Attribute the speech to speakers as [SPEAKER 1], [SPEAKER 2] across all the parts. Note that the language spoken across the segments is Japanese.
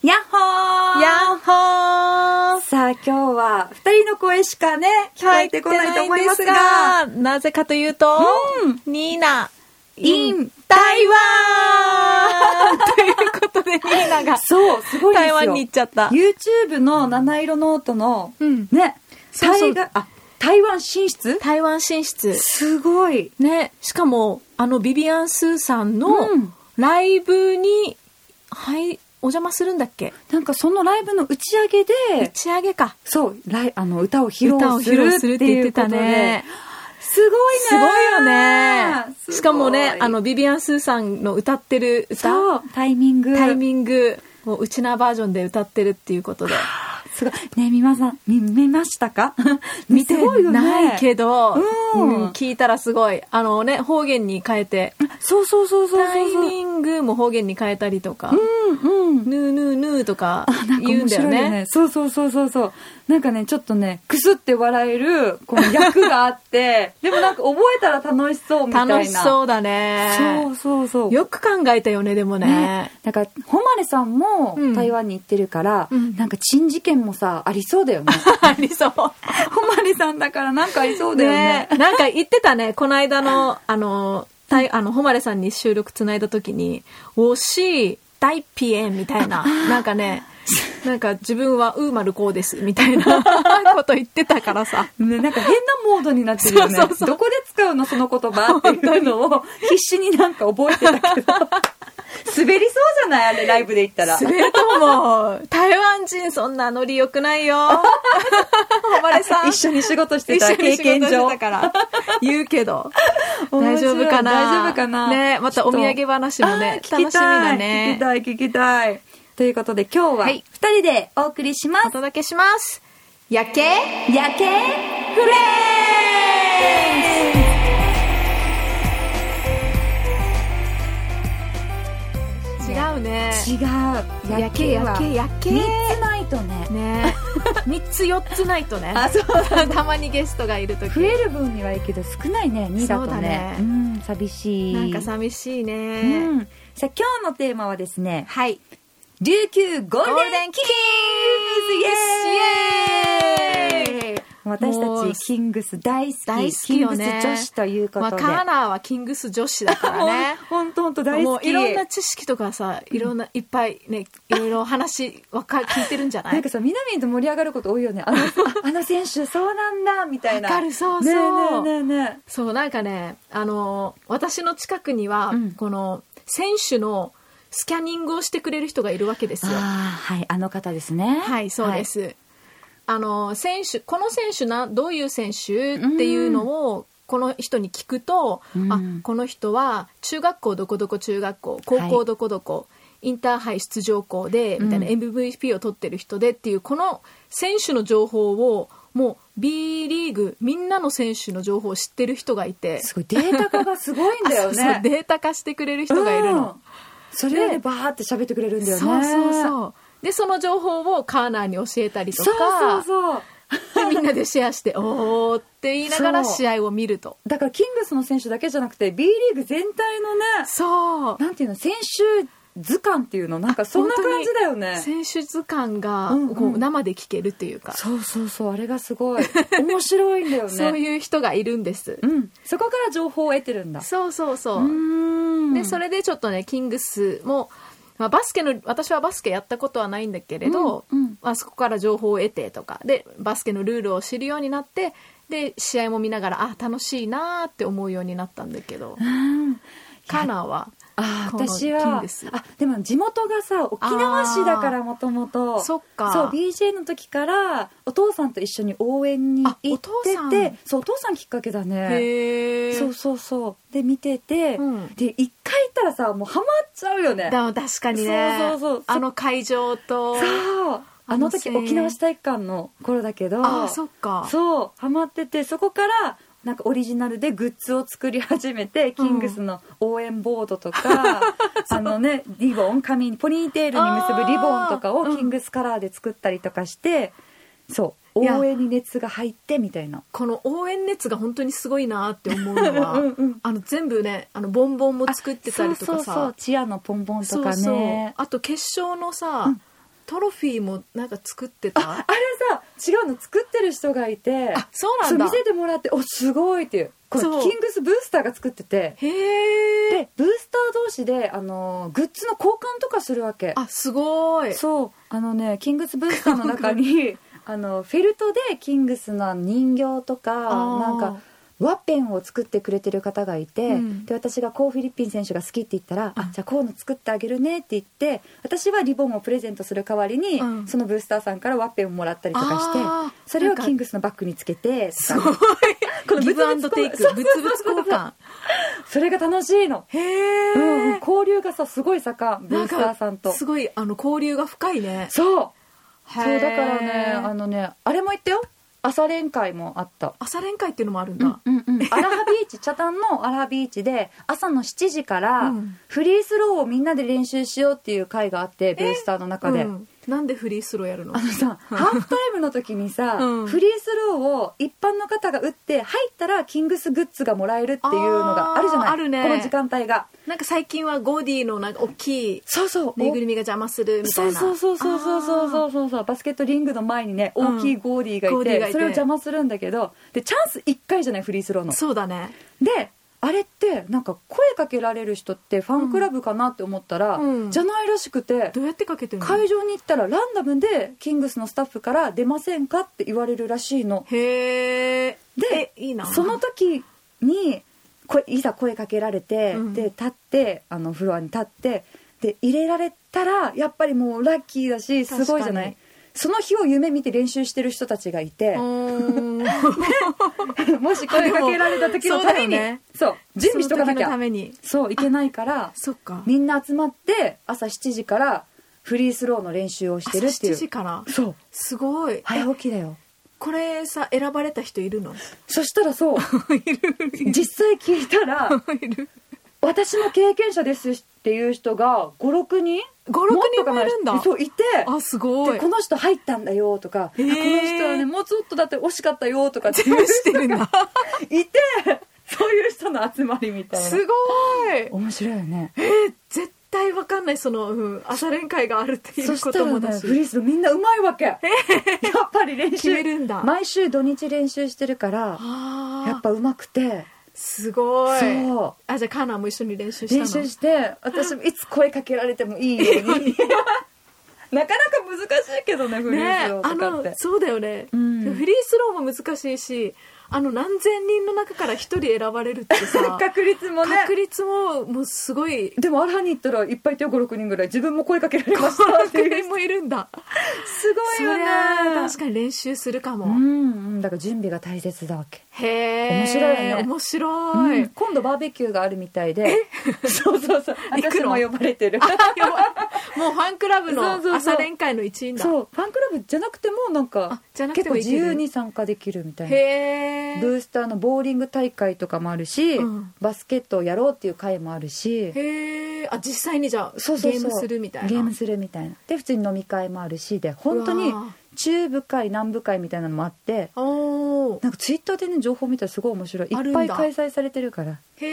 [SPEAKER 1] やっほー
[SPEAKER 2] やっほー
[SPEAKER 1] さあ今日は2人の声しかね聞こえてこないと思いますが
[SPEAKER 2] 入ってないんですがなぜかというと、
[SPEAKER 1] う
[SPEAKER 2] ニーナ、
[SPEAKER 1] イン
[SPEAKER 2] 台湾 ということで、ニーナが
[SPEAKER 1] そうすごいです
[SPEAKER 2] 台
[SPEAKER 1] よ
[SPEAKER 2] 湾に行っちゃった。
[SPEAKER 1] YouTube の七色ノートの、
[SPEAKER 2] うん
[SPEAKER 1] ね
[SPEAKER 2] そうそ
[SPEAKER 1] 台
[SPEAKER 2] う
[SPEAKER 1] があ台湾進出
[SPEAKER 2] 台湾進出。
[SPEAKER 1] すごい
[SPEAKER 2] ね、しかも、あの、ビビアン・スーさんの
[SPEAKER 1] うん
[SPEAKER 2] ライブに、はい、お邪魔するんだっけ
[SPEAKER 1] なんかそのライブの打ち上げで
[SPEAKER 2] 打ち上げか。
[SPEAKER 1] そうライあの歌を披
[SPEAKER 2] 歌を
[SPEAKER 1] 露
[SPEAKER 2] 披露
[SPEAKER 1] す
[SPEAKER 2] す
[SPEAKER 1] る
[SPEAKER 2] る
[SPEAKER 1] っ
[SPEAKER 2] ってて
[SPEAKER 1] 言
[SPEAKER 2] 言
[SPEAKER 1] っ
[SPEAKER 2] ってて
[SPEAKER 1] た
[SPEAKER 2] た
[SPEAKER 1] ね
[SPEAKER 2] ね
[SPEAKER 1] すごいね
[SPEAKER 2] すごいよね
[SPEAKER 1] すごい
[SPEAKER 2] しかもねあのビビアン・スーさんの歌ってる
[SPEAKER 1] そ
[SPEAKER 2] 歌
[SPEAKER 1] うタイミング
[SPEAKER 2] タイミングをうちなバージョンで歌ってるっていうことです
[SPEAKER 1] ごいね皆さん見見ました か見て
[SPEAKER 2] ないけど、
[SPEAKER 1] うん
[SPEAKER 2] うん聞いたらすごいあのね方言に変えて
[SPEAKER 1] そうそうそうそうそう
[SPEAKER 2] タイミングも方言に変えたりとか
[SPEAKER 1] うんうん
[SPEAKER 2] 「ヌーヌーヌー」とか
[SPEAKER 1] なんか
[SPEAKER 2] 言う
[SPEAKER 1] 面
[SPEAKER 2] んだ
[SPEAKER 1] 白い
[SPEAKER 2] よ
[SPEAKER 1] よ
[SPEAKER 2] ね
[SPEAKER 1] ね。そうそうそうそうそう。なんかね、ちょっとね、くすって笑える、この役があって、 でもなんか覚えたら楽しそうみたいな。
[SPEAKER 2] 楽しそうだ
[SPEAKER 1] そう
[SPEAKER 2] ね
[SPEAKER 1] そうそう。
[SPEAKER 2] よく考えたよねでもね
[SPEAKER 1] なんか、ほまれさんも
[SPEAKER 2] うん
[SPEAKER 1] 台湾に行ってるから、
[SPEAKER 2] うん
[SPEAKER 1] なんか、珍事件もさ、ありそうだよ ね。
[SPEAKER 2] ありそう
[SPEAKER 1] ほまれさんだからなんかありそうだよね。
[SPEAKER 2] ねなんか言ってたね、この間の、あの、たいあの、誉さんに収録つないだ時に、惜しい、大ピエンみたいな、なんかね、なんか自分はウーマルコーです、みた いなこと言ってたからさ。
[SPEAKER 1] ね、なんか変なモードになってるよね。
[SPEAKER 2] そうそうそう
[SPEAKER 1] どこで使うのその言葉っていうのを必死になんか覚えてたけど。滑りそうじゃないあれライブで言ったら。
[SPEAKER 2] 滑ると思う。台湾人そんなノリ良くないよ。誉さ ん。
[SPEAKER 1] 一緒に仕事して
[SPEAKER 2] 一
[SPEAKER 1] た
[SPEAKER 2] 緒
[SPEAKER 1] 経
[SPEAKER 2] に仕事
[SPEAKER 1] 験
[SPEAKER 2] して
[SPEAKER 1] 上
[SPEAKER 2] たから言うけど大丈夫かな
[SPEAKER 1] 大丈夫かな
[SPEAKER 2] ねまたお土産話もね
[SPEAKER 1] あー聞き
[SPEAKER 2] 楽しみだ
[SPEAKER 1] たい聞
[SPEAKER 2] ね
[SPEAKER 1] きたい聞きたいということで今日は
[SPEAKER 2] は
[SPEAKER 1] 2
[SPEAKER 2] い
[SPEAKER 1] 人でお送りしま
[SPEAKER 2] お
[SPEAKER 1] す
[SPEAKER 2] 届けします。夜景
[SPEAKER 1] 「夜景フレンズ」
[SPEAKER 2] 違うね。
[SPEAKER 1] 違う夜
[SPEAKER 2] 夜
[SPEAKER 1] 景
[SPEAKER 2] 景
[SPEAKER 1] は
[SPEAKER 2] 夜景夜景
[SPEAKER 1] 3つないとね
[SPEAKER 2] ね 三つ四つないとね。
[SPEAKER 1] あそう
[SPEAKER 2] たまにゲストがいるとき
[SPEAKER 1] 増。える分にはいいけど少ないね2だと
[SPEAKER 2] そうだ
[SPEAKER 1] ね
[SPEAKER 2] ね
[SPEAKER 1] うん寂しい
[SPEAKER 2] なんか寂しいうね。
[SPEAKER 1] んさあ今日のテーマはですね
[SPEAKER 2] はい。
[SPEAKER 1] 琉球ゴ
[SPEAKER 2] ゴ
[SPEAKER 1] ール
[SPEAKER 2] ール
[SPEAKER 1] デ
[SPEAKER 2] デ
[SPEAKER 1] ン
[SPEAKER 2] ン
[SPEAKER 1] キ
[SPEAKER 2] キ
[SPEAKER 1] ング
[SPEAKER 2] ングスイエ
[SPEAKER 1] イエ
[SPEAKER 2] ーイ
[SPEAKER 1] ーイ私
[SPEAKER 2] も
[SPEAKER 1] た
[SPEAKER 2] う
[SPEAKER 1] ちキングス大好き
[SPEAKER 2] 大好
[SPEAKER 1] キ
[SPEAKER 2] き
[SPEAKER 1] ン
[SPEAKER 2] よ
[SPEAKER 1] グス
[SPEAKER 2] ね。
[SPEAKER 1] 女子ということで、。
[SPEAKER 2] まあカーナーはキングス女子だからね
[SPEAKER 1] ほんとほんと 大
[SPEAKER 2] も
[SPEAKER 1] 好
[SPEAKER 2] う
[SPEAKER 1] き
[SPEAKER 2] いろんな知識とかさ、いろんないっぱいね、いろいろ話わか聞いてるんじゃない
[SPEAKER 1] なんかさ南と盛り上がること多いよねあの あの選手そうなんだみたいな
[SPEAKER 2] わかるそうそう
[SPEAKER 1] ねえねえねえねえ
[SPEAKER 2] そうなんかねあのー私の近くには、
[SPEAKER 1] うん
[SPEAKER 2] この選手のスキャニングをしてくれる人がいるわけですよ。
[SPEAKER 1] ああはいあの方ですね
[SPEAKER 2] はいそうで、す、あのー選手この選手などういう選手っていうのをこの人に聞くと、
[SPEAKER 1] うん
[SPEAKER 2] あこの人は中学校どこどこ中学校高
[SPEAKER 1] はい
[SPEAKER 2] 校どこどこ、インターハイ出場校でみたいな
[SPEAKER 1] うん
[SPEAKER 2] MVP を取ってる人でっていうこの選手の情報をもう B リーグみんなの選手の情報を知ってる人がいて
[SPEAKER 1] はいすごいデータ化がすごいんだ よね
[SPEAKER 2] そうそうデータ化してくれる人がいる
[SPEAKER 1] う
[SPEAKER 2] の
[SPEAKER 1] ん、それで
[SPEAKER 2] で
[SPEAKER 1] バーって喋ってくれるんだ
[SPEAKER 2] そ
[SPEAKER 1] よ
[SPEAKER 2] う
[SPEAKER 1] ね
[SPEAKER 2] そうそうでその情報をカーナーに教えたりとか
[SPEAKER 1] そうそうそう
[SPEAKER 2] でみんなでシェアして「おー」って言いながら
[SPEAKER 1] そう
[SPEAKER 2] 試合を見ると
[SPEAKER 1] だからキングスの選手だけじゃなくて B リーグ全体のね
[SPEAKER 2] そう
[SPEAKER 1] なんていうの選手図鑑っていうのなんかそんな感じだよね
[SPEAKER 2] 選手図鑑が
[SPEAKER 1] うんうん
[SPEAKER 2] こう生で聞けるというか、
[SPEAKER 1] そうそうそうあれがす ごい面白いんだよね
[SPEAKER 2] そういう人がいるんです、
[SPEAKER 1] うん、そこから情報を得てるんだ
[SPEAKER 2] そうそうそうう、
[SPEAKER 1] ーん
[SPEAKER 2] でそれでちょっとねキングスも、まあ、バスケの私はバスケやったことはないんだけれど、
[SPEAKER 1] うんうん
[SPEAKER 2] まあ、そこから情報を得てとかでバスケのルールを知るようになってで試合も見ながらあ楽しいなーって思うようになったんだけど
[SPEAKER 1] うん
[SPEAKER 2] カナは
[SPEAKER 1] あー
[SPEAKER 2] この
[SPEAKER 1] 私
[SPEAKER 2] キン
[SPEAKER 1] は
[SPEAKER 2] グス
[SPEAKER 1] あでも地元がさ沖縄市だからもともと
[SPEAKER 2] そっか
[SPEAKER 1] そう BJ の時からお父さんと一緒に応援に行ってて
[SPEAKER 2] あお父さん
[SPEAKER 1] そうお父さんきっかけだね
[SPEAKER 2] へえ
[SPEAKER 1] そうそうそうで見てて、
[SPEAKER 2] うん
[SPEAKER 1] で一回行ったらさもうハマっちゃうよね
[SPEAKER 2] だ確かにね
[SPEAKER 1] そうそうそう
[SPEAKER 2] あの会場と
[SPEAKER 1] そうあの時
[SPEAKER 2] あの声
[SPEAKER 1] 沖縄市体育館の頃だけど
[SPEAKER 2] ああそっか
[SPEAKER 1] そうハマっててそこからなんかオリジナルでグッズを作り始めて、キングスの応援ボードとか あのねリボン髪にポニーテールに結ぶリボンとか
[SPEAKER 2] あ
[SPEAKER 1] を
[SPEAKER 2] ーうん
[SPEAKER 1] キングスカラーで作ったりとかして、そう
[SPEAKER 2] いや
[SPEAKER 1] 応援に熱が入ってみたいな
[SPEAKER 2] この応援熱が本当にすごいなーって思うのは
[SPEAKER 1] うんうん
[SPEAKER 2] あの全部ねあのボンボンも作ってたりとかさ
[SPEAKER 1] あそうそうそうチアのポンポンとかね
[SPEAKER 2] そうそうあと決勝のさ、
[SPEAKER 1] うん
[SPEAKER 2] トロフィーもなんか作ってた
[SPEAKER 1] あれさ違うの作ってる人がいて
[SPEAKER 2] あそう
[SPEAKER 1] そう見
[SPEAKER 2] なんだ
[SPEAKER 1] せてもらっておすごいっていうこれ
[SPEAKER 2] そう
[SPEAKER 1] キングスブースターが作ってて
[SPEAKER 2] へえ
[SPEAKER 1] でブースター同士であのグッズの交換とかするわけ
[SPEAKER 2] あすごい
[SPEAKER 1] そうあのねキングスブースターの中に あのフェルトでキングスの人形とか
[SPEAKER 2] ー
[SPEAKER 1] なんかワッペンを作ってくれてる方がいて、
[SPEAKER 2] うん
[SPEAKER 1] で私がコー・フィリッピン選手が好きって言ったら「あじゃあこういうの作ってあげるね」って言って私はリボンをプレゼントする代わりに、
[SPEAKER 2] うん
[SPEAKER 1] そのブースターさんからワッペンをもらったりとかして
[SPEAKER 2] あー
[SPEAKER 1] それを
[SPEAKER 2] なんか
[SPEAKER 1] キングスのバッグにつけてと
[SPEAKER 2] す
[SPEAKER 1] か
[SPEAKER 2] ごい
[SPEAKER 1] この
[SPEAKER 2] ギブアン
[SPEAKER 1] 物々交
[SPEAKER 2] ド
[SPEAKER 1] 換
[SPEAKER 2] テイク
[SPEAKER 1] そう
[SPEAKER 2] 物々交換
[SPEAKER 1] それが楽しいの、
[SPEAKER 2] へ
[SPEAKER 1] うんうん
[SPEAKER 2] え
[SPEAKER 1] 交流がさすごい盛んブースターさんと
[SPEAKER 2] すごいあの交流が深いね
[SPEAKER 1] そう
[SPEAKER 2] そ
[SPEAKER 1] そうだからねあのねあれも言ったよ朝練会もあった
[SPEAKER 2] 朝練会っていうのもあるんだ、
[SPEAKER 1] うんうん、アラハビーチ茶壇のアラハビーチで朝の7時から
[SPEAKER 2] うん
[SPEAKER 1] フリースローをみんなで練習しようっていう会があってベースターの中で、
[SPEAKER 2] うんなんでフリースローやるの
[SPEAKER 1] あのさハーフタイムの時にさ、
[SPEAKER 2] うん
[SPEAKER 1] フリースローを一般の方が打って入ったらキングスグッズがもらえるっていうのがあるじゃない
[SPEAKER 2] あーあるね
[SPEAKER 1] この時間帯が
[SPEAKER 2] なんか最近はゴディのなんか大きい
[SPEAKER 1] そうそう
[SPEAKER 2] ぬいぐるみが邪魔するみた
[SPEAKER 1] そ
[SPEAKER 2] いうな
[SPEAKER 1] そうそうそうそうそう
[SPEAKER 2] あ
[SPEAKER 1] そ
[SPEAKER 2] ー
[SPEAKER 1] うそうバスケットリングの前にね
[SPEAKER 2] うん
[SPEAKER 1] 大きいゴーディーがいて,、
[SPEAKER 2] ゴーディーがいて
[SPEAKER 1] それを邪魔するんだけどでチャンス1回じゃないフリースローの
[SPEAKER 2] そうだね
[SPEAKER 1] であれってなんか声かけられる人ってファンクラブかなって思ったら、
[SPEAKER 2] うん
[SPEAKER 1] じゃないらしくて、
[SPEAKER 2] どうやってかけてるの
[SPEAKER 1] 会場に行ったらランダムでキングスのスタッフから出ませんかって言われるらしいの
[SPEAKER 2] へえ
[SPEAKER 1] で
[SPEAKER 2] いいな
[SPEAKER 1] その時にこいざ声かけられて、
[SPEAKER 2] うん
[SPEAKER 1] で立ってあのフロアに立ってで入れられたらやっぱりもうラッキーだしすごいじゃな
[SPEAKER 2] 確
[SPEAKER 1] いその日を夢見て練習してる人たちがいて
[SPEAKER 2] うーん
[SPEAKER 1] もし声かけられた時のために
[SPEAKER 2] あでもそうだ
[SPEAKER 1] そう
[SPEAKER 2] よね
[SPEAKER 1] 準備しとかなき
[SPEAKER 2] その時のた
[SPEAKER 1] ゃ
[SPEAKER 2] めに
[SPEAKER 1] そういけないから
[SPEAKER 2] そっか
[SPEAKER 1] みんな集まって朝7時からフリースローの練習をしてるってい
[SPEAKER 2] 朝7時
[SPEAKER 1] う
[SPEAKER 2] から
[SPEAKER 1] そう
[SPEAKER 2] すごい
[SPEAKER 1] 早起きだよ
[SPEAKER 2] これさ選ばれた人いるの
[SPEAKER 1] そしたら そう実際聞いたら
[SPEAKER 2] いる
[SPEAKER 1] 私も経験者ですっていう人が56人
[SPEAKER 2] 56
[SPEAKER 1] もっと
[SPEAKER 2] 人
[SPEAKER 1] か
[SPEAKER 2] も
[SPEAKER 1] ない
[SPEAKER 2] るんだ
[SPEAKER 1] そういて
[SPEAKER 2] あすご
[SPEAKER 1] で
[SPEAKER 2] い
[SPEAKER 1] この人入ったんだよとか、
[SPEAKER 2] へー
[SPEAKER 1] あこの人はねもうちょっとだって惜しかったよとかってい
[SPEAKER 2] 全
[SPEAKER 1] う
[SPEAKER 2] 部してるんだ
[SPEAKER 1] いてそういう人の集まりみたい
[SPEAKER 2] す
[SPEAKER 1] な
[SPEAKER 2] ごい
[SPEAKER 1] 面白いよね
[SPEAKER 2] 絶対わかんないその、うん、朝練会があるってい
[SPEAKER 1] そうし
[SPEAKER 2] こ
[SPEAKER 1] た
[SPEAKER 2] と
[SPEAKER 1] ら
[SPEAKER 2] もだ
[SPEAKER 1] ね
[SPEAKER 2] し、
[SPEAKER 1] フリースローみんなうまいわけやっぱり練
[SPEAKER 2] 決
[SPEAKER 1] 習
[SPEAKER 2] めるんだ
[SPEAKER 1] 毎週土日練習してるから
[SPEAKER 2] あー
[SPEAKER 1] やっぱうまくて
[SPEAKER 2] すごい
[SPEAKER 1] そ
[SPEAKER 2] あじゃあカーナーも一緒に練習
[SPEAKER 1] う
[SPEAKER 2] したの
[SPEAKER 1] 練習して私もいつ声かけられてもいいように なかなか難しいけどねフリー
[SPEAKER 2] ね
[SPEAKER 1] スロー
[SPEAKER 2] あ
[SPEAKER 1] とかっ
[SPEAKER 2] の
[SPEAKER 1] て、
[SPEAKER 2] そうだよね、
[SPEAKER 1] うん
[SPEAKER 2] フリースローも難しいしあの何千人の中から一人選ばれるって さ
[SPEAKER 1] 確率もね
[SPEAKER 2] 確率ももうすごい
[SPEAKER 1] でもアラハに行ったらいっぱいいて56人ぐらい自分も声かけられ ましたって
[SPEAKER 2] 確
[SPEAKER 1] いう
[SPEAKER 2] 率もいるんだ
[SPEAKER 1] すご
[SPEAKER 2] そ
[SPEAKER 1] い
[SPEAKER 2] り
[SPEAKER 1] よね
[SPEAKER 2] ゃ確かに練習するかも、
[SPEAKER 1] うんうんだから準備が大切だわけ
[SPEAKER 2] へえ
[SPEAKER 1] 面白いよね
[SPEAKER 2] 面白い、
[SPEAKER 1] うん今度バーベキューがあるみたいで そうそうそう
[SPEAKER 2] 行く
[SPEAKER 1] 私
[SPEAKER 2] の
[SPEAKER 1] も呼ばれてる
[SPEAKER 2] やばいもうファンクラブ
[SPEAKER 1] そうそうそう
[SPEAKER 2] の朝練会の一員だ
[SPEAKER 1] そうファンクラブじゃなくてもなん
[SPEAKER 2] あ
[SPEAKER 1] か
[SPEAKER 2] じゃなく
[SPEAKER 1] 結構
[SPEAKER 2] ても
[SPEAKER 1] 自由に参加できるみたいな
[SPEAKER 2] へえ
[SPEAKER 1] ブースターのボーリング大会とかもあるし、
[SPEAKER 2] うん
[SPEAKER 1] バスケットをやろうっていう会もあるし
[SPEAKER 2] へえあ実際にじゃあ
[SPEAKER 1] そうそうそう
[SPEAKER 2] ゲームするみたいな
[SPEAKER 1] ゲームするみたいなで普通に飲み会もあるしで本当に
[SPEAKER 2] うわ
[SPEAKER 1] 中部会南部会みたいなのもあって
[SPEAKER 2] おー
[SPEAKER 1] なんかツイッターでね情報見たらすごい面白いい
[SPEAKER 2] ある
[SPEAKER 1] っ
[SPEAKER 2] んだ
[SPEAKER 1] ぱい開催されてるから
[SPEAKER 2] へ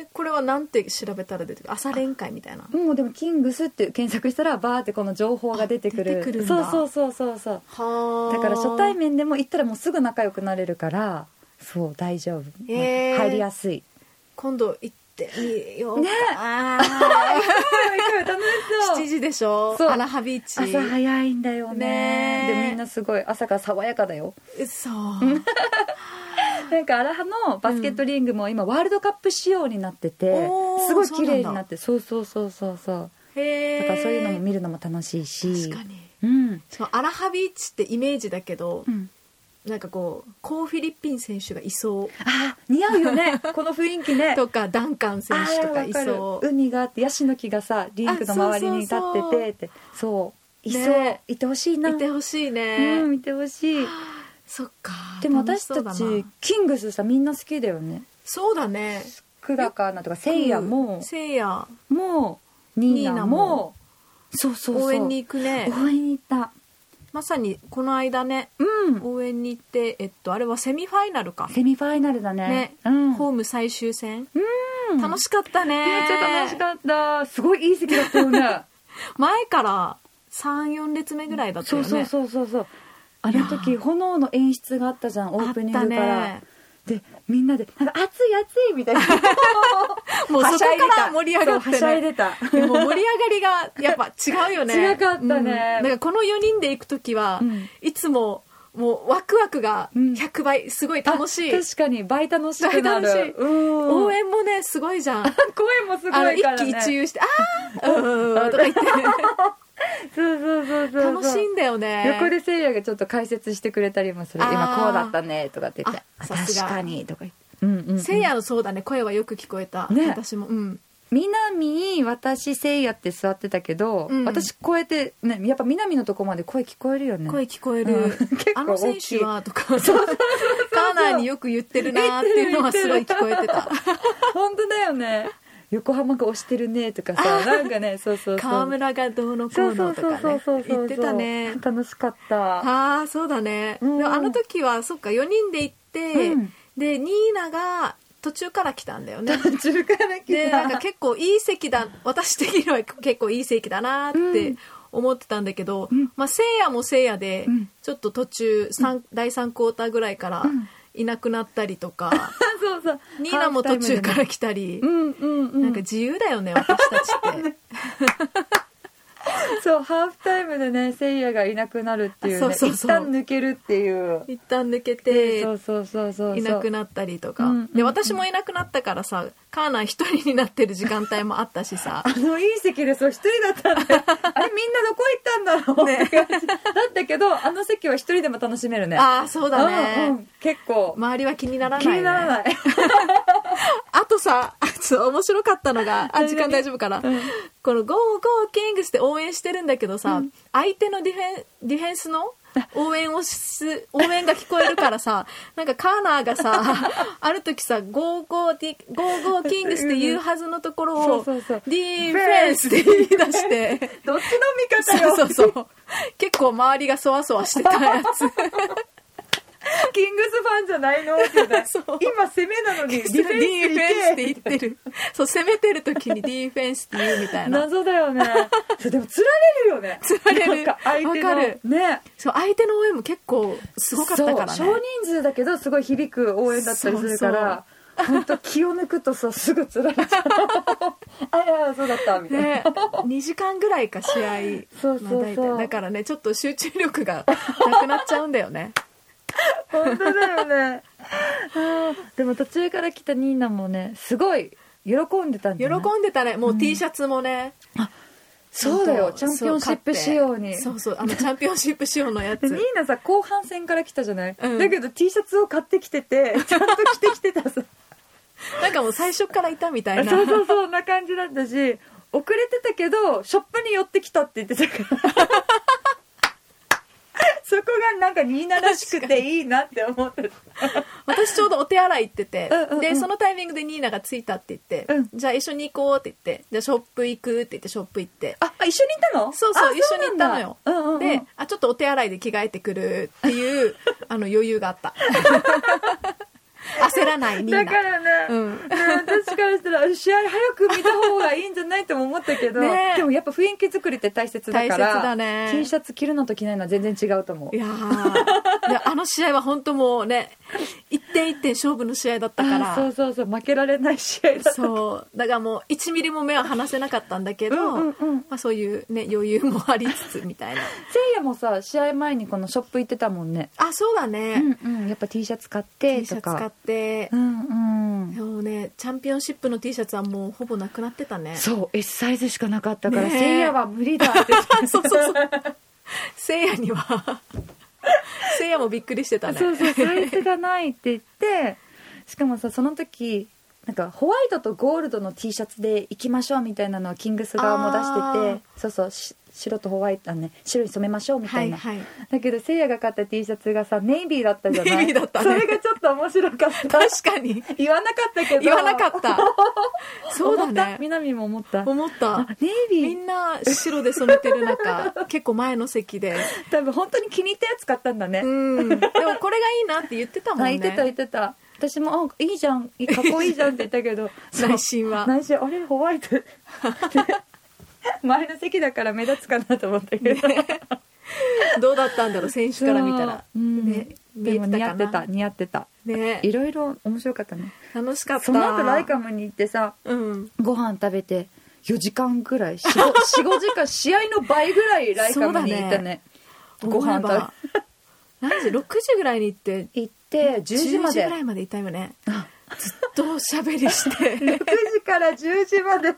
[SPEAKER 2] えこれはなんて調べたら出てくる朝練会みたいな
[SPEAKER 1] もうでも「キングス」って検索したらバーってこの情報が出てく
[SPEAKER 2] あ
[SPEAKER 1] る
[SPEAKER 2] 出てくるん
[SPEAKER 1] そ
[SPEAKER 2] だ
[SPEAKER 1] うそうそうそうそう
[SPEAKER 2] はあ
[SPEAKER 1] だから初対面でも行ったらもうすぐ仲良くなれるからそう大丈夫、
[SPEAKER 2] へー
[SPEAKER 1] 入りやす い
[SPEAKER 2] 今度行ってみようか
[SPEAKER 1] ね
[SPEAKER 2] あ
[SPEAKER 1] 楽し
[SPEAKER 2] ー7時でしょ
[SPEAKER 1] そう
[SPEAKER 2] アラハビーチ
[SPEAKER 1] 朝早いんだよね
[SPEAKER 2] ねえ
[SPEAKER 1] でみんなすごい朝から爽やかだ よ
[SPEAKER 2] そう
[SPEAKER 1] なんかアラハのバスケットリングも今ワールドカップ仕様になってて、
[SPEAKER 2] おー
[SPEAKER 1] すごい綺麗になってそうそうそうそうそう
[SPEAKER 2] へえ
[SPEAKER 1] だからそういうのも見るのも楽しいし
[SPEAKER 2] 確かに
[SPEAKER 1] うん、
[SPEAKER 2] そうアラハビーチってイメージだけど
[SPEAKER 1] う、ん、
[SPEAKER 2] なんかこうコー・フィリッピン選手がいそう
[SPEAKER 1] あー似合うよ ねこの雰囲気ね
[SPEAKER 2] とかダンカン選手とか
[SPEAKER 1] あーわ
[SPEAKER 2] いそ
[SPEAKER 1] かる
[SPEAKER 2] う
[SPEAKER 1] 海があってヤシの木がさリンクの周りに立っててってそういそう、
[SPEAKER 2] ね
[SPEAKER 1] いてほしいない
[SPEAKER 2] てほしいね、
[SPEAKER 1] うんいてほしい
[SPEAKER 2] そっか
[SPEAKER 1] でも私た
[SPEAKER 2] 楽しそうだ
[SPEAKER 1] ち
[SPEAKER 2] な
[SPEAKER 1] キングスさみんな好きだよね
[SPEAKER 2] そうだね
[SPEAKER 1] 久高アナとかせいや
[SPEAKER 2] うん
[SPEAKER 1] も、
[SPEAKER 2] せいや
[SPEAKER 1] もうニーナも
[SPEAKER 2] ニーナも
[SPEAKER 1] そうそうそう
[SPEAKER 2] 応援に行くね
[SPEAKER 1] 応援に行った
[SPEAKER 2] まさにこの間ね
[SPEAKER 1] うん
[SPEAKER 2] 応援に行ってえっとあれはセミファイナルか、
[SPEAKER 1] セミファイナルだね
[SPEAKER 2] ね
[SPEAKER 1] うん、
[SPEAKER 2] ホーム最終戦、
[SPEAKER 1] うん
[SPEAKER 2] 楽しかったね
[SPEAKER 1] めっちゃ楽しかったすごいいい席だったよね
[SPEAKER 2] 前から34列目ぐらいだっ た
[SPEAKER 1] そ
[SPEAKER 2] よ
[SPEAKER 1] う
[SPEAKER 2] ね
[SPEAKER 1] そうそうそうそうあの時炎の演出があったじゃんオープニングから、
[SPEAKER 2] あったね
[SPEAKER 1] でみんなで「なんか熱い熱い」み たいな
[SPEAKER 2] もうそこから盛り上がっ
[SPEAKER 1] そう
[SPEAKER 2] て、
[SPEAKER 1] は
[SPEAKER 2] ね、
[SPEAKER 1] しゃいでた
[SPEAKER 2] でも盛り上がりがやっぱ違うよ ね
[SPEAKER 1] 違かったね
[SPEAKER 2] うんなんかこの4人で行く時は、
[SPEAKER 1] うん
[SPEAKER 2] いつももうワクワクが
[SPEAKER 1] うん
[SPEAKER 2] 100倍すごい楽しい、
[SPEAKER 1] 確かに倍楽しくなる
[SPEAKER 2] 倍楽しい
[SPEAKER 1] うん
[SPEAKER 2] 応援もねすごいじゃん
[SPEAKER 1] 声もす
[SPEAKER 2] あ
[SPEAKER 1] ご
[SPEAKER 2] の
[SPEAKER 1] い
[SPEAKER 2] 一
[SPEAKER 1] から、ね、
[SPEAKER 2] 喜一憂して「あ あうんうんうん」とか言って
[SPEAKER 1] そうそうそうそう
[SPEAKER 2] 楽しいんだよね
[SPEAKER 1] 横でせいやがちょっと解説してくれたりもする
[SPEAKER 2] あー
[SPEAKER 1] 今こうだったねとかって言って
[SPEAKER 2] あ
[SPEAKER 1] あ
[SPEAKER 2] さ
[SPEAKER 1] 確
[SPEAKER 2] すが
[SPEAKER 1] かにとか言って、うんうんうん
[SPEAKER 2] せいやのそうだね声はよく聞こえた、
[SPEAKER 1] ね
[SPEAKER 2] 私もうん
[SPEAKER 1] 南私せいやって座ってたけど、
[SPEAKER 2] うん
[SPEAKER 1] 私こうやって、ね、やっぱ南のとこまで声聞こえるよね
[SPEAKER 2] 声聞こえる、
[SPEAKER 1] うん結構
[SPEAKER 2] あの選手はとかカーナーによく言ってるなーっていうのはすごい聞こえてた
[SPEAKER 1] 本当だよね横浜が押してるねとかさなんかねそうそうそう
[SPEAKER 2] 河村がどうのこ
[SPEAKER 1] そううそ
[SPEAKER 2] の
[SPEAKER 1] う
[SPEAKER 2] と
[SPEAKER 1] そう
[SPEAKER 2] か
[SPEAKER 1] そう
[SPEAKER 2] ね
[SPEAKER 1] そう
[SPEAKER 2] 言ってたね
[SPEAKER 1] 楽しかった
[SPEAKER 2] ああそうだね、
[SPEAKER 1] うん
[SPEAKER 2] でもあの時はそっか4人で行って、
[SPEAKER 1] うん
[SPEAKER 2] でニーナが途中から来たんだよね
[SPEAKER 1] 途中から来
[SPEAKER 2] で
[SPEAKER 1] た
[SPEAKER 2] なんか結構いい席だ私的には結構いい席だなーって思ってたんだけど、
[SPEAKER 1] うん
[SPEAKER 2] まあ、せいやもせいやで、
[SPEAKER 1] うん
[SPEAKER 2] ちょっと途中、三第3クォーターぐらいから
[SPEAKER 1] うん
[SPEAKER 2] いなくなったりとか、
[SPEAKER 1] そうそう
[SPEAKER 2] ニーナも途中から来たり、
[SPEAKER 1] うんうんうん
[SPEAKER 2] なんか自由だよ ね私たちって。
[SPEAKER 1] そうハーフタイムでねせいやがいなくなるっていう,、ね、
[SPEAKER 2] そうそうそう
[SPEAKER 1] 一旦抜けるっていう
[SPEAKER 2] 一旦抜けて
[SPEAKER 1] そうそうそうそうそう
[SPEAKER 2] いなく
[SPEAKER 1] な
[SPEAKER 2] なったりとか、
[SPEAKER 1] うんうんうん
[SPEAKER 2] で私もいなくなったからさカーナー一人になってる時間帯もあったし さ
[SPEAKER 1] あのいい席でそう一人だ ったんであれみんなどこ行ったんだろう、って感じだったけどあの席は一人でも楽しめるね
[SPEAKER 2] ああそうだね、
[SPEAKER 1] うんうん結構、
[SPEAKER 2] 周りは気にならない、
[SPEAKER 1] 気
[SPEAKER 2] ね、
[SPEAKER 1] にならない
[SPEAKER 2] あとさあちょっと面白かった のがあ時間大丈夫かな、
[SPEAKER 1] うん
[SPEAKER 2] この「ゴーゴーキングス」って応援してるんだけどさ、相手のディフェンディフェンスの応援をす応援が聞こえるか らさなんかカーナーがさある時さ「ゴーゴーディゴーゴーキングス」って言うはずのところを
[SPEAKER 1] そうそうそう
[SPEAKER 2] ディフェンス」で言い出して。
[SPEAKER 1] どっちの味方
[SPEAKER 2] そ
[SPEAKER 1] よ
[SPEAKER 2] うそうそう結構周りがそわそわしてたやつ
[SPEAKER 1] キングスファンじゃないのって言ったら
[SPEAKER 2] そう
[SPEAKER 1] 今攻めなのにディフェンス
[SPEAKER 2] ディフェンス
[SPEAKER 1] 行
[SPEAKER 2] って
[SPEAKER 1] け
[SPEAKER 2] 言ってるそう攻めてる時にディフェンスって言うみたいな
[SPEAKER 1] 謎だよねそうでもつられるよ ね
[SPEAKER 2] つられる
[SPEAKER 1] なんか相手
[SPEAKER 2] わか
[SPEAKER 1] の
[SPEAKER 2] る
[SPEAKER 1] ね
[SPEAKER 2] そう相手の応援も結構すごかったからね
[SPEAKER 1] そう少人数だけどすごい響く応援だったりするから本当気を抜くとさすぐつられちゃう ああそうだったみたいな、
[SPEAKER 2] ね、2時間ぐらいか試合
[SPEAKER 1] そうそうそう
[SPEAKER 2] まあ大体だからねちょっと集中力がなくなっちゃうんだよね
[SPEAKER 1] 本当だよねあー でも途中から来たニーナもねすごい喜んでたんじ
[SPEAKER 2] 喜
[SPEAKER 1] ゃない
[SPEAKER 2] んでたねもう T シャツもね、
[SPEAKER 1] そうだよ
[SPEAKER 2] ち
[SPEAKER 1] チ
[SPEAKER 2] ゃ
[SPEAKER 1] ャ
[SPEAKER 2] んと
[SPEAKER 1] ンピオンシップ仕様に
[SPEAKER 2] そうそうあのチャンピオンシップ仕様のや
[SPEAKER 1] で
[SPEAKER 2] つ
[SPEAKER 1] ニーナさ後半戦から来たじゃない、
[SPEAKER 2] うん
[SPEAKER 1] だけど T シャツを買ってきててちゃんと着てきてたさ
[SPEAKER 2] なんかもう最初からいたみたいな
[SPEAKER 1] そうそうそんな感じだったし遅れてたけどショップに寄ってきたって言ってたから そこがなんかニーナらしくていいなって思ってた
[SPEAKER 2] 私ちょうどお手洗い行ってて、
[SPEAKER 1] うんうんうん
[SPEAKER 2] でそのタイミングでニーナが着いたって言って、
[SPEAKER 1] うん
[SPEAKER 2] じゃあ一緒に行こうって言ってじゃあショップ行くって言ってショップ行って
[SPEAKER 1] あ一緒に行ったの
[SPEAKER 2] そうそ
[SPEAKER 1] あ
[SPEAKER 2] う一緒に行ったのよ、
[SPEAKER 1] そうなんだうんうんうん、
[SPEAKER 2] であちょっとお手洗いで着替えてくるっていう あの余裕があった焦らないニ
[SPEAKER 1] だ
[SPEAKER 2] ー
[SPEAKER 1] か
[SPEAKER 2] ナ
[SPEAKER 1] らね、
[SPEAKER 2] うん
[SPEAKER 1] ね私からしたら試合早く見た方がいいんじゃないとも思ったけど、
[SPEAKER 2] ねえ
[SPEAKER 1] でもやっぱ雰囲気作りって大切だから
[SPEAKER 2] 大切だね
[SPEAKER 1] T シャツ着るのと着ないのは全然違うと思う
[SPEAKER 2] いやーであの試合は本当もうね一点一点勝負の試合だったか
[SPEAKER 1] あそう
[SPEAKER 2] ら
[SPEAKER 1] そうそう負けられない試合だった
[SPEAKER 2] そうだからもう1ミリも目は離せなかったんだけど、
[SPEAKER 1] うんうんうん
[SPEAKER 2] まあ、そういう、ね、余裕もありつつみ たいな
[SPEAKER 1] せいやもさ試合前にこのショップ行ってたもんね
[SPEAKER 2] あそうだね、
[SPEAKER 1] うんうん、やっぱ T シャツ買って
[SPEAKER 2] T シャツ買って、
[SPEAKER 1] うんうん
[SPEAKER 2] でもねチャンピオンシップの T シャツはもうほぼなくなってたね
[SPEAKER 1] そう S サイズしかなかったから、
[SPEAKER 2] ねえ
[SPEAKER 1] せいやは無理だって
[SPEAKER 2] そうそうそうせいやにはせいやもびっくりして たね
[SPEAKER 1] そうそうサイズがないって言ってしかもさその時なんかホワイトとゴールドの T シャツで行きましょうみたいなのをキングス側も出しててそうそうし白とホワイトあのね白に染めましょうみた
[SPEAKER 2] はいい
[SPEAKER 1] な、
[SPEAKER 2] はい
[SPEAKER 1] だけどせいやが買った T シャツがさネイビーだったじゃない
[SPEAKER 2] ネイビーだったね
[SPEAKER 1] それがちょっと面白かった
[SPEAKER 2] 確かに
[SPEAKER 1] 言わなかったけど
[SPEAKER 2] 言わなかったそうだ
[SPEAKER 1] 思った
[SPEAKER 2] ね
[SPEAKER 1] 南も思った
[SPEAKER 2] 思った
[SPEAKER 1] あネイビー
[SPEAKER 2] みんな白で染めてる中結構前の席で
[SPEAKER 1] 多分本当に気に入ったやつ買ったんだね、
[SPEAKER 2] うんでもこれがいいなって言ってたもん
[SPEAKER 1] あ
[SPEAKER 2] ね
[SPEAKER 1] 言ってた言ってた私も「あいいじゃん かっこいいじゃん」って言ったけどそう
[SPEAKER 2] 内心は
[SPEAKER 1] 内心あれホワイト前の席だから目立つかなと思ったけど、
[SPEAKER 2] どうだったんだろう選手から見たら、
[SPEAKER 1] うん
[SPEAKER 2] ね見
[SPEAKER 1] で
[SPEAKER 2] え
[SPEAKER 1] も
[SPEAKER 2] てた
[SPEAKER 1] 似合
[SPEAKER 2] か
[SPEAKER 1] って
[SPEAKER 2] な
[SPEAKER 1] た似合ってた
[SPEAKER 2] ね
[SPEAKER 1] いろいろ面白かったね
[SPEAKER 2] 楽しかった
[SPEAKER 1] その後ライカムに行ってさ
[SPEAKER 2] うん
[SPEAKER 1] ご飯食べて4時間ぐらい45 時間試合の倍ぐらいライカムに行ったねご飯
[SPEAKER 2] 思えば
[SPEAKER 1] 食
[SPEAKER 2] 何時6時ぐらいに行って
[SPEAKER 1] べ行って10時まで
[SPEAKER 2] ぐらいまでいたよねずっとおしゃべりして ね
[SPEAKER 1] 9時から10時まで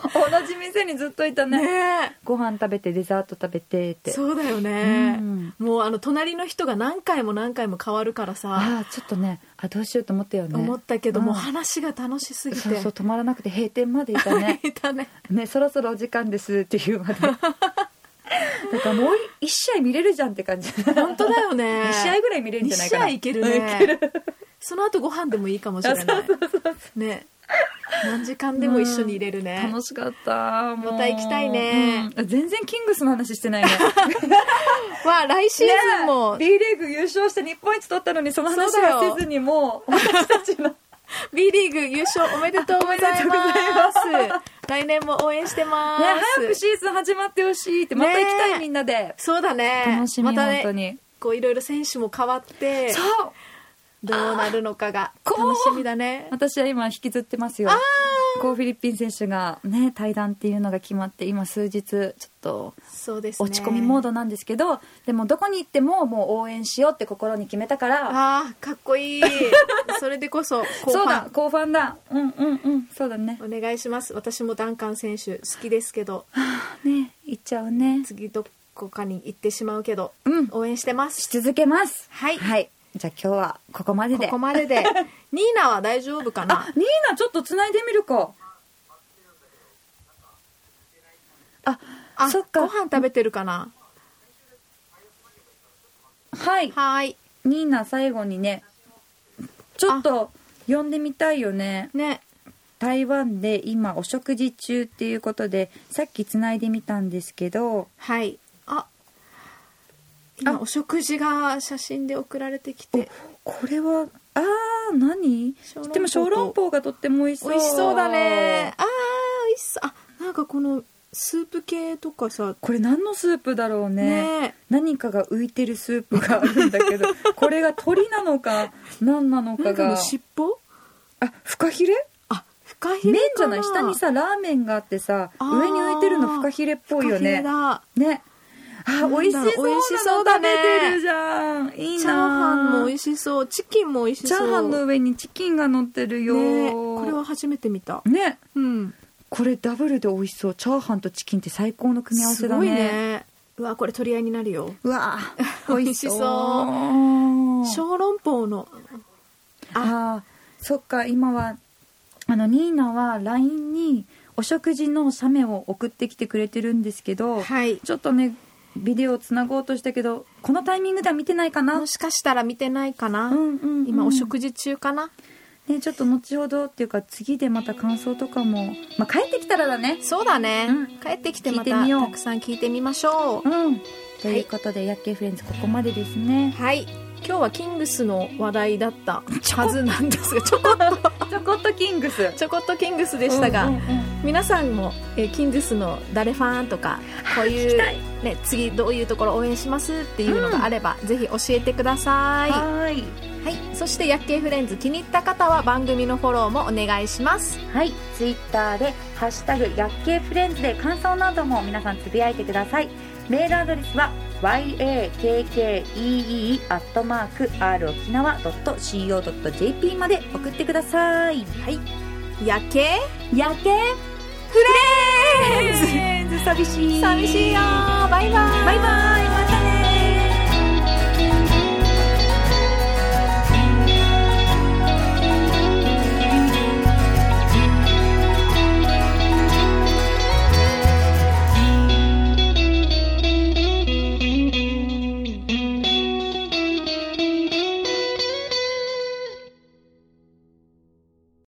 [SPEAKER 1] 同じ店にずっといたねご飯食べてデザート食べてって
[SPEAKER 2] そうだよね、
[SPEAKER 1] うん
[SPEAKER 2] もうあの隣の人が何回も何回も変わるからさ、
[SPEAKER 1] ああちょっとねあどうしようと思ったよね
[SPEAKER 2] 思ったけど、
[SPEAKER 1] うん
[SPEAKER 2] もう話が楽しすぎて
[SPEAKER 1] そうそう止まらなくて閉店までいた ね
[SPEAKER 2] いたね
[SPEAKER 1] ねそろそろお時間ですっていう までだからもう一試合見れるじゃんって感じ
[SPEAKER 2] 本当だよね
[SPEAKER 1] 2試合ぐらい見れるんじ
[SPEAKER 2] 二
[SPEAKER 1] ゃない
[SPEAKER 2] 試
[SPEAKER 1] かな
[SPEAKER 2] 合いけるね、その後ご飯でもいいかもしれないね何時間でも一緒にいれる ね、
[SPEAKER 1] 楽しかったもう
[SPEAKER 2] また行きたいね
[SPEAKER 1] うん全然キングスの話してないね
[SPEAKER 2] まあ来シーズンも、
[SPEAKER 1] ね B リーグ優勝して日本一取ったのにその話
[SPEAKER 2] そうだよ
[SPEAKER 1] はせずにもう私たち の
[SPEAKER 2] B リーグ優勝おめでとうございます
[SPEAKER 1] おめでとうござ
[SPEAKER 2] 来年も応援してます、
[SPEAKER 1] ね、早くシーズン始まってほしいってまた行きたい、
[SPEAKER 2] ね
[SPEAKER 1] みんなで
[SPEAKER 2] そうだね
[SPEAKER 1] 楽しみ、
[SPEAKER 2] また
[SPEAKER 1] 本当
[SPEAKER 2] ね
[SPEAKER 1] に
[SPEAKER 2] こういろいろ選手も変わって
[SPEAKER 1] そう
[SPEAKER 2] どうなるのかが
[SPEAKER 1] こう
[SPEAKER 2] 楽しみだね
[SPEAKER 1] 私は今引きずってますよコー・フィリッピン選手がね対談っていうのが決まって今数日ちょっと
[SPEAKER 2] そうですね
[SPEAKER 1] 落ち込みモードなんですけどでもどこに行ってももう応援しようって心に決めたから
[SPEAKER 2] あーかっ こいいそれでこそ後
[SPEAKER 1] そうだ
[SPEAKER 2] 半
[SPEAKER 1] 後半だうんうんうんそうだ ね
[SPEAKER 2] お願いします私もダンカン選手好きですけど
[SPEAKER 1] ね行っちゃうね
[SPEAKER 2] 次どこかに行ってしまうけど、
[SPEAKER 1] うん
[SPEAKER 2] 応援してま
[SPEAKER 1] し
[SPEAKER 2] す
[SPEAKER 1] 続けます
[SPEAKER 2] はい
[SPEAKER 1] はい、じゃあ今日はここまで
[SPEAKER 2] こ
[SPEAKER 1] で
[SPEAKER 2] こま ででニーナは大丈夫か
[SPEAKER 1] あ
[SPEAKER 2] な
[SPEAKER 1] ニーナちょっとつないでみるかあ
[SPEAKER 2] あ
[SPEAKER 1] そっか
[SPEAKER 2] ご飯食べてるかな
[SPEAKER 1] はい
[SPEAKER 2] はーい
[SPEAKER 1] ニーナ最後にねちょっと呼んでみたいよね
[SPEAKER 2] ね
[SPEAKER 1] 台湾で今お食事中っていうことでさっきつないでみたんですけど
[SPEAKER 2] はいあ今お食事が写真で送られてきて
[SPEAKER 1] これはあー何
[SPEAKER 2] 小籠包と
[SPEAKER 1] でも小籠包がとっても美味しそう
[SPEAKER 2] 美味しそうだねあー美味しそうあなんかこのスープ系とかさ
[SPEAKER 1] これ何のスープだろうね
[SPEAKER 2] ね
[SPEAKER 1] 何かが浮いてるスープがあるんだけ どこれが鳥なのか何なの
[SPEAKER 2] な
[SPEAKER 1] か
[SPEAKER 2] んか
[SPEAKER 1] が
[SPEAKER 2] の尻尾
[SPEAKER 1] あフカヒレ
[SPEAKER 2] あフカヒレ
[SPEAKER 1] 麺
[SPEAKER 2] か
[SPEAKER 1] じゃない下にさラーメンがあってさ
[SPEAKER 2] あー
[SPEAKER 1] 上に浮いてるのフカヒレっぽいよ
[SPEAKER 2] フカヒレ
[SPEAKER 1] ね
[SPEAKER 2] だ
[SPEAKER 1] ねあ
[SPEAKER 2] なんだろう
[SPEAKER 1] 美味しそう
[SPEAKER 2] 美味しそうだね
[SPEAKER 1] なの食べてるじゃんいいな
[SPEAKER 2] チャーハンも美味しそうチキンも美味し
[SPEAKER 1] チ
[SPEAKER 2] そ
[SPEAKER 1] ャ
[SPEAKER 2] う
[SPEAKER 1] ーハンの上にチキンが乗ってるよ、
[SPEAKER 2] ねこれは初めて見た
[SPEAKER 1] ね
[SPEAKER 2] うん
[SPEAKER 1] これダブルで美味しそうチャーハンとチキンって最高の組み合わせ
[SPEAKER 2] す
[SPEAKER 1] だ
[SPEAKER 2] ごい
[SPEAKER 1] ね
[SPEAKER 2] ねうわこれ取り合いになるよ
[SPEAKER 1] うわ ー美味しそうあ
[SPEAKER 2] 小籠包の
[SPEAKER 1] あーそっか今はあのニーナは LINE にお食事の写メを送ってきてくれてるんですけど、
[SPEAKER 2] はい
[SPEAKER 1] ちょっとねビデオをつなごうとしたけどこのタイミングでは見てないかな
[SPEAKER 2] もしかしたら見てないかな、
[SPEAKER 1] うんうんうん
[SPEAKER 2] 今お食事中かな
[SPEAKER 1] ねちょっと後ほどっていうか次でまた感想とかも、まあ、帰ってきたらだね
[SPEAKER 2] そうだね、
[SPEAKER 1] うん
[SPEAKER 2] 帰ってきて
[SPEAKER 1] 聞
[SPEAKER 2] ま
[SPEAKER 1] いて
[SPEAKER 2] た
[SPEAKER 1] みよう
[SPEAKER 2] たくさん聞いてみましょう
[SPEAKER 1] うんということで、ヤッケーフレンズここまでですね
[SPEAKER 2] はい今日はキングスの話題だったはずなんですがちょこっと
[SPEAKER 1] ちょこっとキングス
[SPEAKER 2] ちょこっとキングスでしたが、
[SPEAKER 1] うんうんうん
[SPEAKER 2] 皆さんも、えーキングスの誰ファンとかこういう、
[SPEAKER 1] たい
[SPEAKER 2] ね、次どういうところ応援しますっていうのがあれば、ぜひ教えてください、
[SPEAKER 1] はーい
[SPEAKER 2] はい、そして「薬系フレンズ」気に入った方は番組のフォローもお願いします
[SPEAKER 1] はいツイッターで「ハッシュタグヤッケーフレンズ」で感想なども皆さんつぶやいてくださいメールアドレスは yakkee.rokinawa.co.jp まで送ってくださいはい
[SPEAKER 2] 薬系
[SPEAKER 1] ヤッケー
[SPEAKER 2] フレンズ
[SPEAKER 1] 寂しい
[SPEAKER 2] 寂しいよバイバイ
[SPEAKER 1] バイバイ